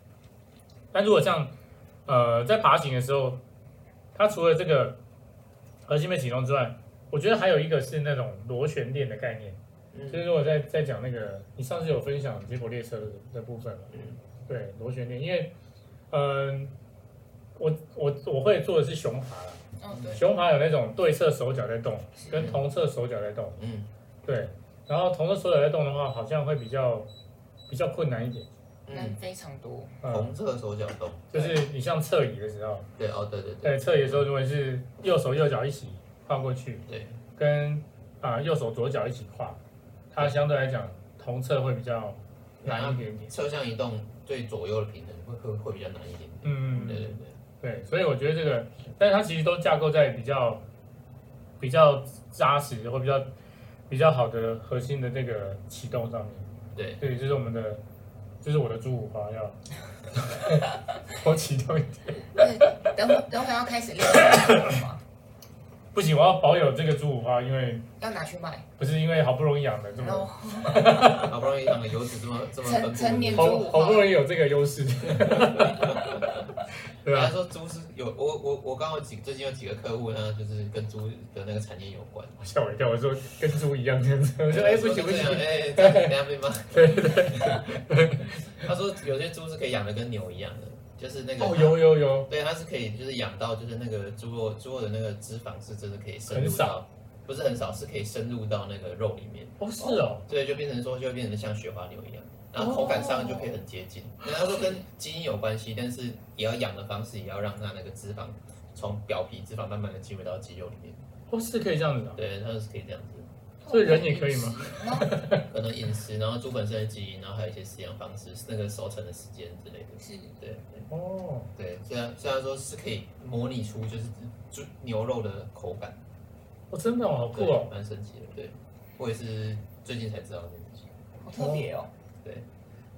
Speaker 1: 但如果像呃在爬行的时候，它除了这个核心被启动之外，我觉得还有一个是那种螺旋链的概念。就是
Speaker 2: 嗯，
Speaker 1: 如果在在讲那个，你上次有分享结果列车的的部分嘛？
Speaker 2: 嗯
Speaker 1: 对，螺旋链，因为嗯、我我我会做的是熊爬啦，
Speaker 3: 嗯对，
Speaker 1: 熊爬有那种对侧手脚在动，
Speaker 3: 是
Speaker 1: 跟同侧手脚在动，
Speaker 2: 嗯，
Speaker 1: 对，然后同侧手脚在动的话，好像会比较比较困难一点，
Speaker 3: 但
Speaker 2: 嗯，
Speaker 3: 非常多，
Speaker 1: 嗯，
Speaker 2: 红色手脚动，
Speaker 1: 就是你像侧移的时候，
Speaker 2: 对哦，对对对
Speaker 1: 对，侧移的时候，如果是右手右脚一起跨过去，
Speaker 2: 对，
Speaker 1: 跟啊、右手左脚一起跨，它相对来讲同侧会比较难一点点，
Speaker 2: 侧向移动对左右的平衡会会会比较难一点。
Speaker 1: 嗯，
Speaker 2: 对对对，
Speaker 1: 对，所以我觉得这个，但是它其实都架构在比较比较扎实或比较比较好的核心的这个启动上面。
Speaker 2: 对
Speaker 1: 对，就是我们的，就是我的猪五花要 我启动一点，
Speaker 3: 对等会等会要开始练了嘛，
Speaker 1: 不行，我要保有这个猪五花，因为
Speaker 3: 要拿去卖，
Speaker 1: 不是因为好不容易养的这
Speaker 3: 然
Speaker 1: 么
Speaker 3: 后
Speaker 2: 好不容易养个油脂这么这么
Speaker 3: 成成年
Speaker 1: 好
Speaker 3: 猪五花
Speaker 1: 好不容易有这个优势， 对啊
Speaker 2: 人
Speaker 1: 吧、
Speaker 2: 家说猪是有我我我刚好几最近有几个客户呢，就是跟猪的那个产业有关。
Speaker 1: 吓我一跳，我说跟猪一样这样子，我说哎、不行不行
Speaker 2: 这，
Speaker 3: 啊
Speaker 2: 样哎，这样 等下被骂。 他说有些猪是可以养的跟牛一样的，就是那个
Speaker 1: 哦有有有，
Speaker 2: 对，它是可以就是养到就是那个猪肉猪肉的那个脂肪是真的可以深
Speaker 1: 很
Speaker 2: 入
Speaker 1: 少
Speaker 2: 到，不是很少，是可以深入到那个肉里面。
Speaker 1: 哦是哦，
Speaker 2: 所以就变成说，就会变成像雪花牛一样，然后口感上就可以很接近。
Speaker 1: 哦
Speaker 2: 人家说跟基因有关系，但是也要养的方式，也要让它那个脂肪从表皮脂肪慢慢的进入到肌肉里面。
Speaker 1: 哦是可以这样子的、
Speaker 2: 对，它是可以这样子，
Speaker 1: 所以人也可以吗？
Speaker 3: 然后
Speaker 2: 可能饮食，然后猪本身的基因，然后还有一些饲养方式，那个熟成的时间之类的。
Speaker 3: 是
Speaker 2: 对
Speaker 1: 哦。
Speaker 2: 对，对虽然虽然说是可以模拟出就是猪牛肉的口感，
Speaker 1: 哦，真的哦，好酷
Speaker 2: 对
Speaker 1: 哦！
Speaker 2: 蛮神奇的。对，我也是最近才知道这件事情。
Speaker 3: 好特别哦，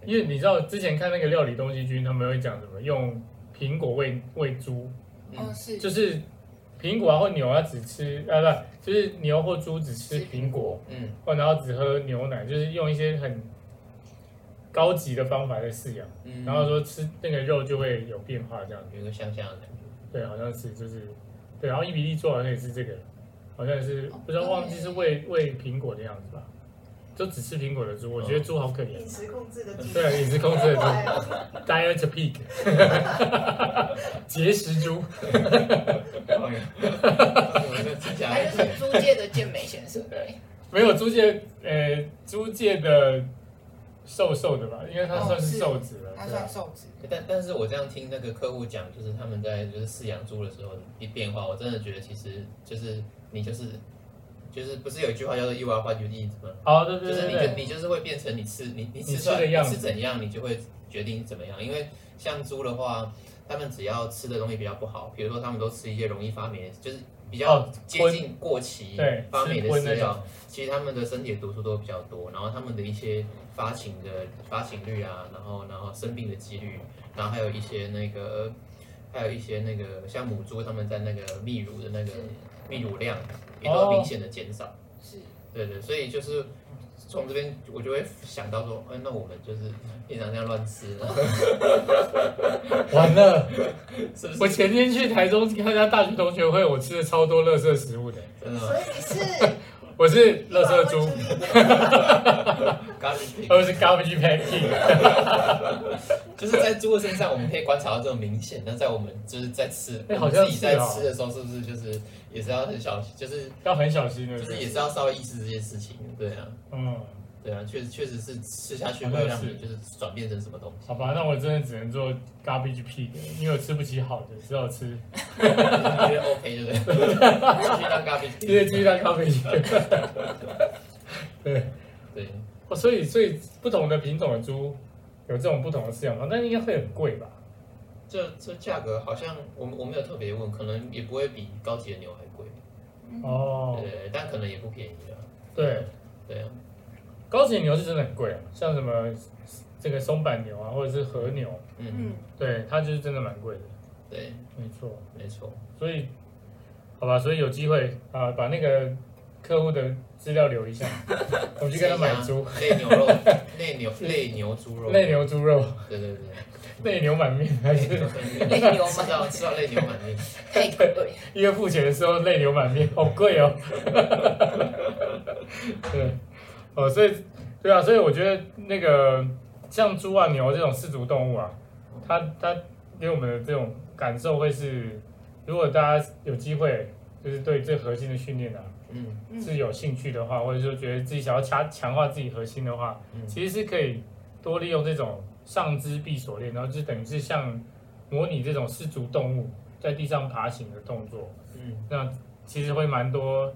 Speaker 1: 因为你知道之前看那个料理东西君，他们会讲什么用苹果喂喂猪，
Speaker 3: 哦
Speaker 2: 嗯，
Speaker 3: 是
Speaker 1: 就是苹果啊或牛啊只吃啊不，就是牛或猪只吃苹果，
Speaker 2: 嗯，
Speaker 1: 或然后只喝牛奶，就是用一些很高级的方法来饲养，
Speaker 2: 嗯
Speaker 1: 然后说吃那个肉就会有变化这样。
Speaker 2: 有一个香香的感觉。
Speaker 1: 对，好像是就是对，然后伊比利做好像也是这个，好像也是不知道忘记是喂喂苹果的样子吧，就只吃苹果的猪，我觉得猪好可怜
Speaker 4: 饮。食控制的猪，
Speaker 1: 对啊，饮食控制的 猪。
Speaker 4: 怪哦
Speaker 1: Diet Pig，节食猪，
Speaker 2: 我们这假
Speaker 3: 他就是租界的健美先生，对，
Speaker 1: 没有租界，呃，租界的瘦瘦的吧，因为他算是瘦子了，
Speaker 3: 他
Speaker 1: 对啊
Speaker 3: 哦算瘦子，
Speaker 2: 但但是我这样听那个客户讲，就是他们在就是饲养猪的时候一变化，我真的觉得其实就是你就是就是不是有一句话叫做 “you are what you eat” 吗？
Speaker 1: 好，对
Speaker 2: 就
Speaker 1: 对
Speaker 2: 是
Speaker 1: 对
Speaker 2: 你就
Speaker 1: 对，
Speaker 2: 你就是会变成你吃你你吃
Speaker 1: 吃的
Speaker 2: 出来
Speaker 1: 样
Speaker 2: 你
Speaker 1: 子
Speaker 2: 吃怎样，你就会决定怎么样。因为像猪的话，他们只要吃的东西比较不好，比如说他们都吃一些容易发霉，就是比较
Speaker 1: 哦
Speaker 2: 接近过期
Speaker 1: 对，
Speaker 2: 发霉
Speaker 1: 吃
Speaker 2: 的
Speaker 1: 荤
Speaker 2: 饲
Speaker 1: 那
Speaker 2: 料，
Speaker 1: 种，
Speaker 2: 其实他们的身体的毒素都比较多，然后他们的一些发情的发情率啊，然后然后生病的几率，然后还有一些那个，还有一些那个像母猪，他们在那个泌乳的那个泌乳量也都
Speaker 1: 哦
Speaker 2: 有明显的减少。
Speaker 3: 是
Speaker 2: 对对，所以就是从这边我就会想到说，哎，那我们就是平常这样乱吃，
Speaker 1: 完了！
Speaker 2: 是不
Speaker 1: 我
Speaker 2: 是？
Speaker 1: 前天去台中参加大学同学会，我吃了超多垃圾食物的，
Speaker 2: 真的吗
Speaker 4: 所以你是
Speaker 1: 我是垃圾 猪，
Speaker 2: ？Garbage pig
Speaker 1: 我是 garbage packing，
Speaker 2: 就是在猪的身上，我们可以观察到这种明显。那在我们就是在吃，
Speaker 1: 哎
Speaker 2: 我
Speaker 1: 好
Speaker 2: 们
Speaker 1: 像
Speaker 2: 自己
Speaker 1: 是
Speaker 2: 在
Speaker 1: 哦
Speaker 2: 吃的时候，是不是就是也是要很小心，就是
Speaker 1: 要很小心的，
Speaker 2: 就是也是要稍微意识这件事情。对啊，
Speaker 1: 嗯，
Speaker 2: 对啊，确实确实是吃下去
Speaker 1: 好
Speaker 2: 会
Speaker 1: 像
Speaker 2: 让
Speaker 1: 是
Speaker 2: 你就是转变成什么东西。
Speaker 1: 好吧，那我真的只能做 garbage pig，了因为我吃不起好的，只好吃
Speaker 2: 你觉得 OK 对不对？ 继续当咖啡
Speaker 1: 直接继续当 garbage pig。对，
Speaker 2: 对，
Speaker 1: 哦，所以所以不同的品种的猪有这种不同的饲养方，但应该会很贵吧？
Speaker 2: 这这价格好像我我没有特别问，可能也不会比高级的牛还贵。
Speaker 1: 哦，
Speaker 2: 对，但可能也不便宜啊。
Speaker 1: 对，
Speaker 2: 对啊，
Speaker 1: 高级牛是真的很贵啊，像什么这个松板牛啊，或者是和牛，
Speaker 2: 嗯，
Speaker 4: 嗯，
Speaker 1: 对，它就是真的蛮贵的，
Speaker 2: 对，
Speaker 1: 没错。
Speaker 2: 没错，
Speaker 1: 所以，好吧，所以有机会啊、把那个客户的资料留一下，我去跟他买猪，
Speaker 2: 类牛肉、 类 牛、类牛猪肉、
Speaker 1: 内，牛猪肉，
Speaker 2: 对 对对，
Speaker 1: 内牛满面，还是
Speaker 2: 是
Speaker 1: 啊
Speaker 3: 泪 流
Speaker 2: 吃到
Speaker 3: 满
Speaker 2: 吃到类牛满面，
Speaker 3: 太贵，
Speaker 1: 因为付钱的时候泪流满面，好贵哦。对，哦，所以对啊，所以我觉得那个像猪啊、牛这种氏族动物啊，它它给我们的这种感受会是，如果大家有机会，就是对这核心的训练啊
Speaker 2: 嗯
Speaker 4: 嗯
Speaker 1: 是有兴趣的话，或者说觉得自己想要强强化自己核心的话，
Speaker 2: 嗯，
Speaker 1: 其实是可以多利用这种上肢闭锁链，然后就等于是像模拟这种失足动物在地上爬行的动作，
Speaker 2: 嗯，
Speaker 1: 那其实会蛮多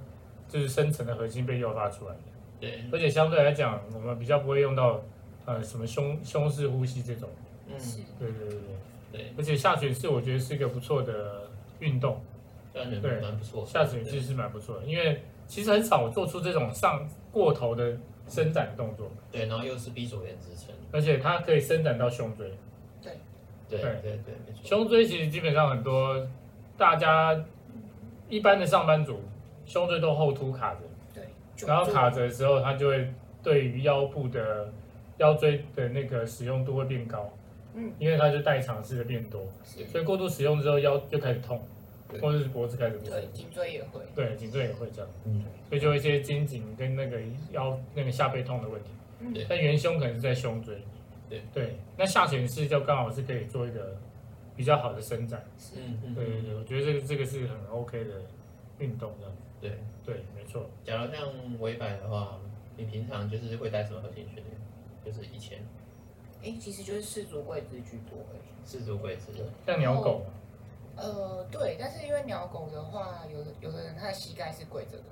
Speaker 1: 就是深层的核心被诱发出来的，
Speaker 2: 对，
Speaker 1: 而且相对来讲，我们比较不会用到呃什么胸胸式呼吸这种，
Speaker 2: 嗯
Speaker 3: 是
Speaker 1: 对对对对，
Speaker 2: 对，
Speaker 1: 而且下犬式我觉得是一个不错的运动，
Speaker 2: 这样觉得
Speaker 1: 对
Speaker 2: 蛮不错的。
Speaker 1: 下犬式是蛮不错的，因为其实很少我做出这种上过头的伸展的动作，
Speaker 2: 对，然后又是闭锁链支撑，
Speaker 1: 而且它可以伸展到胸椎。
Speaker 2: 对
Speaker 1: 对
Speaker 2: 对对，没错，
Speaker 1: 胸椎其实基本上很多大家一般的上班族胸椎都后凸卡着，
Speaker 3: 对，
Speaker 1: 然后卡着的时候，它就会对于腰部的腰椎的那个使用度会变高，
Speaker 4: 嗯，
Speaker 1: 因为它就代偿式的变多，
Speaker 3: 是
Speaker 1: 所以过度使用之后腰就开始痛，
Speaker 2: 对
Speaker 1: 或者是脖子开始痛，
Speaker 3: 对，颈椎也会，
Speaker 1: 对，颈椎也会这样，
Speaker 2: 嗯，
Speaker 1: 所以就会一些肩颈跟那个腰那个下背痛的问题，
Speaker 4: 嗯
Speaker 2: 对
Speaker 1: 但元凶可能是在胸椎，
Speaker 2: 对
Speaker 1: 对，那下潜式就刚好是可以做一个比较好的伸展。
Speaker 2: 嗯嗯
Speaker 1: 对对
Speaker 2: 嗯，
Speaker 1: 对，我觉得这个这个是很 OK 的运动这样。
Speaker 2: 对。
Speaker 1: 对，没错。
Speaker 2: 假如像尾摆的话，你平常就是会带什么核心训练？就是以前
Speaker 3: 哎，其实就是氏族贵子居多而已。
Speaker 2: 四足跪姿的，
Speaker 1: 像鸟狗嘛，
Speaker 3: 呃，对，但是因为鸟狗的话，有的有的人他的膝盖是跪着的，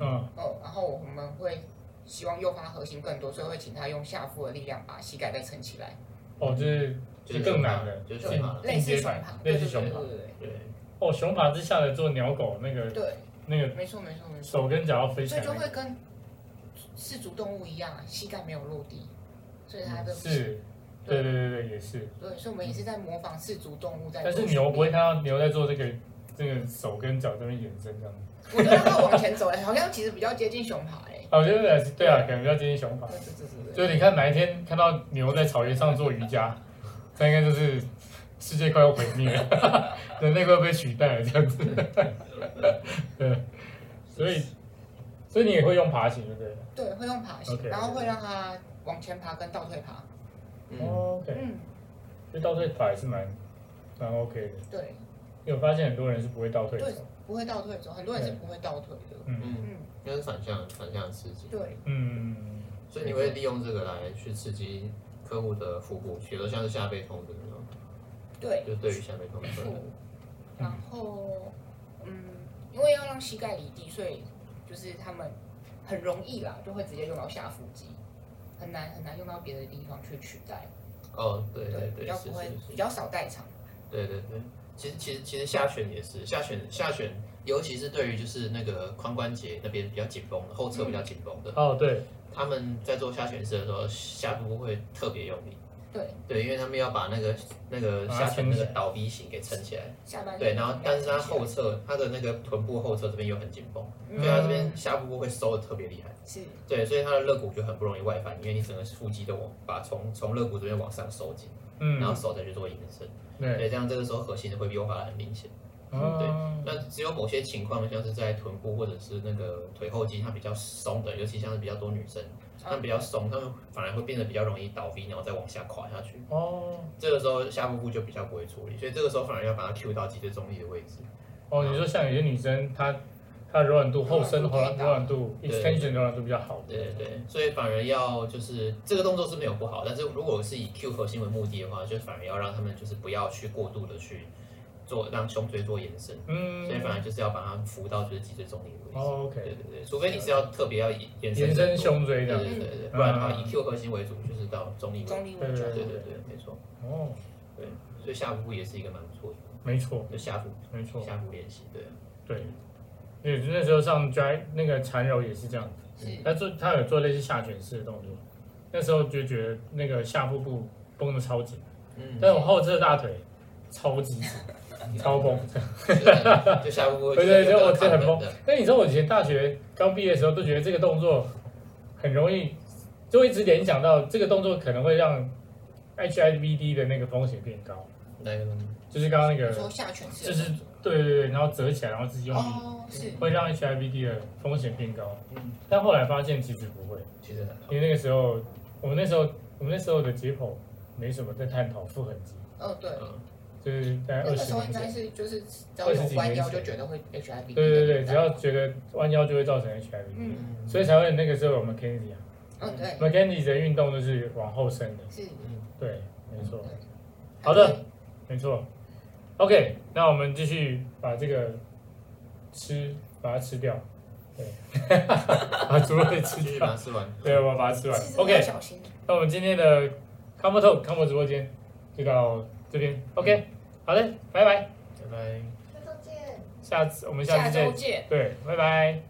Speaker 1: 嗯，
Speaker 3: 哦，然后我们会希望诱发核心更多，所以会请他用下腹的力量把膝盖再撑起来，
Speaker 1: 哦，就是
Speaker 2: 就是
Speaker 1: 就更难了，
Speaker 2: 就是
Speaker 1: 进
Speaker 2: 熊爬
Speaker 3: 类
Speaker 1: 嗯进
Speaker 3: 似
Speaker 1: 阶
Speaker 3: 熊
Speaker 1: 版
Speaker 3: 爬，，
Speaker 1: 类
Speaker 3: 对
Speaker 1: 似
Speaker 3: 对
Speaker 1: 熊
Speaker 3: 对
Speaker 1: 爬。
Speaker 3: 对
Speaker 2: 对，
Speaker 1: 哦，熊爬之下的做鸟狗那个
Speaker 3: 对对，
Speaker 1: 那个
Speaker 3: 没错没错没错，
Speaker 1: 手跟脚要飞起
Speaker 3: 所以
Speaker 1: 来
Speaker 3: 就会
Speaker 1: 那个，
Speaker 3: 跟四足动物一样啊，膝盖没有落地，所以它的
Speaker 1: 嗯是，对对对对，也是。
Speaker 3: 对，所以我们也是在模仿四足动物在做
Speaker 1: 但
Speaker 3: 训
Speaker 1: 是
Speaker 3: 练。
Speaker 1: 牛不会看到牛在做这个这个手跟脚这边延伸这样。
Speaker 3: 我觉得它往前走，好像其实比较接近熊爬哎、
Speaker 1: 啊，我觉得对啊，感觉比较接近熊爬
Speaker 3: 对。对对对对，
Speaker 1: 就是你看哪一天看到牛在草原上做瑜伽，那应该就是世界快要毁灭了， 人类快要被取代了这样子。 对，所以所以你也会用爬行，对不对？
Speaker 3: 对，会用爬行
Speaker 1: OK，
Speaker 3: 然后会让它往前爬跟倒退爬。
Speaker 2: 嗯，
Speaker 1: 哦、对，
Speaker 3: 嗯，
Speaker 1: 所以倒退爬也是蛮蛮 OK 的。
Speaker 3: 对，
Speaker 1: 因为我发现很多人是不会倒退的
Speaker 3: 对，不会倒退走，很多人是不会倒退的。
Speaker 1: 嗯
Speaker 2: 嗯，
Speaker 4: 嗯，
Speaker 2: 应该是反向反向刺激，
Speaker 3: 对，
Speaker 1: 嗯，
Speaker 2: 所以你会利用这个来去刺激客户的腹部，比如说像是下背痛的那种，
Speaker 3: 对，
Speaker 2: 就对于下背痛的客
Speaker 3: 腹
Speaker 2: 人，
Speaker 3: 然后，嗯，因为要让膝盖离地，所以就是他们很容易啦，就会直接用到下腹肌，很难很难用到别的地方去取代。
Speaker 2: 哦，对对
Speaker 3: 比
Speaker 2: 对，
Speaker 3: 较
Speaker 2: 是
Speaker 3: 不会
Speaker 2: 是，
Speaker 3: 比
Speaker 2: 是，
Speaker 3: 较少代偿。
Speaker 2: 对对对。其实其实其实下旋也是下旋下旋，尤其是对于就是那个髋关节那边比较紧绷的，后侧比较紧绷
Speaker 3: 嗯
Speaker 2: 的，
Speaker 1: 哦对，
Speaker 2: 他们在做下潜式的时候，下部会特别用力。
Speaker 3: 对
Speaker 2: 对，因为他们要把那个那个
Speaker 1: 把
Speaker 2: 下潜
Speaker 1: 它撑
Speaker 2: 那
Speaker 1: 起
Speaker 2: 个
Speaker 1: 来
Speaker 2: 倒 V 型给撑起来。
Speaker 3: 下半身
Speaker 2: 对，啊然后但是他后
Speaker 3: 是
Speaker 2: 侧，他的那个臀部后侧这边又很紧绷，
Speaker 3: 嗯
Speaker 2: 所以他这边下部部会收的特别厉害。对，所以他的肋骨就很不容易外翻，因为你整个腹肌都往把从从肋骨这边往上收紧，
Speaker 1: 嗯，
Speaker 2: 然后手再去做延伸。
Speaker 1: 对，
Speaker 2: 对，这样这个时候核心的会优化得很明显。
Speaker 1: 哦，
Speaker 2: 那只有某些情况，像是在臀部或者是那个腿后肌，它比较松的，尤其像是比较多女生，她
Speaker 3: 啊
Speaker 2: 们比较松，她们反而会变得比较容易倒 V，然后再往下垮下去。
Speaker 1: 哦，
Speaker 2: 这个时候下腹部就比较不会处理，所以这个时候反而要把它 Q 到脊椎中立的位置。
Speaker 1: 哦，你说像有些女生她她柔软度后伸的话，柔软度
Speaker 2: 对
Speaker 1: extension 柔软度比较好，
Speaker 2: 对对对，所以反而要就是这个动作是没有不好，但是如果是以 Q 核心为目的的话，就反而要让他们就是不要去过度的去做让胸椎做延伸，
Speaker 1: 嗯
Speaker 2: 所以，反而就是要把它扶到就是脊椎中立的位置。
Speaker 1: 哦
Speaker 2: 对
Speaker 1: ，OK，
Speaker 2: 对对，除非你是要特别要延延伸
Speaker 1: 延伸
Speaker 2: 更多
Speaker 1: 胸椎这嗯
Speaker 2: 对
Speaker 1: 样，
Speaker 2: 对对对，不然的话以 Q 核心为主，就是到中立位。
Speaker 3: 中立位
Speaker 1: 对
Speaker 2: 对
Speaker 3: 转
Speaker 2: 对对对，没错。
Speaker 1: 哦，
Speaker 2: 所以下腹部也是一个蛮不错的，
Speaker 1: 没错，
Speaker 2: 就下腹
Speaker 1: 没错，
Speaker 2: 下腹练习，对。
Speaker 1: 对，因为那时候上 dry 那个缠柔也是这样子，
Speaker 3: 是
Speaker 1: 他做他有做类似下卷式的动作，那时候就觉得那个下腹部绷的超紧，
Speaker 2: 嗯，
Speaker 1: 但我后侧大腿超级紧，超绷。，
Speaker 2: 就是就下腹部
Speaker 1: 对对对
Speaker 2: 就
Speaker 1: 我觉得很懵
Speaker 2: 的。
Speaker 1: 那你知道我以前大学刚毕业的时候都觉得这个动作很容易，就一直联想到这个动作可能会让 HIVD 的那个风险变高，
Speaker 2: 哪个东西？
Speaker 1: 就是刚刚那
Speaker 3: 你说
Speaker 1: 个，
Speaker 3: 下犬式
Speaker 1: 就
Speaker 3: 的
Speaker 1: 是
Speaker 3: 动作
Speaker 1: 对对对，然后折起来然后自己用力，
Speaker 3: 哦，是
Speaker 1: 会让 HIVD 的风险变高。
Speaker 2: 嗯，
Speaker 1: 但后来发现其实不会。
Speaker 2: 其实很好。
Speaker 1: 因为那个时候，我们那时候我们那时候的解剖没什么在探讨复痕肌，
Speaker 3: 哦，对，
Speaker 2: 嗯，
Speaker 1: 就是大概
Speaker 3: 那
Speaker 1: 二
Speaker 3: 个
Speaker 1: 十
Speaker 3: 时候
Speaker 1: 年
Speaker 3: 应该
Speaker 1: 前。
Speaker 3: 是就是只要有关掉就觉得会 HIV，
Speaker 1: 对对对，只要觉得弯腰就会造成 HIV，、
Speaker 3: 嗯，
Speaker 2: 嗯
Speaker 1: 所以才会那个时候有 McKenzie 啊
Speaker 3: 哦对，
Speaker 1: ，McKenzie 的运动就是往后伸的，
Speaker 3: 是
Speaker 2: 嗯
Speaker 1: 对，没错，
Speaker 3: 还
Speaker 1: 好
Speaker 3: 是
Speaker 1: 的没错。OK，那我们继续把这个吃，把它吃掉，对， 把猪肉吃
Speaker 2: 继续
Speaker 1: 掉，
Speaker 2: 把它吃完。
Speaker 1: 对，啊我们把它吃完
Speaker 3: 其实。要
Speaker 1: OK，
Speaker 3: 小心，
Speaker 1: 那我们今天的 Combo Talk Combo 直播间就到这边，OK，好
Speaker 3: 嗯
Speaker 1: 的，拜拜，
Speaker 2: 拜拜。
Speaker 4: 下周见。
Speaker 1: 下次我们下
Speaker 3: 下
Speaker 1: 次
Speaker 3: 周
Speaker 1: 见，
Speaker 3: 见。
Speaker 1: 对，拜拜。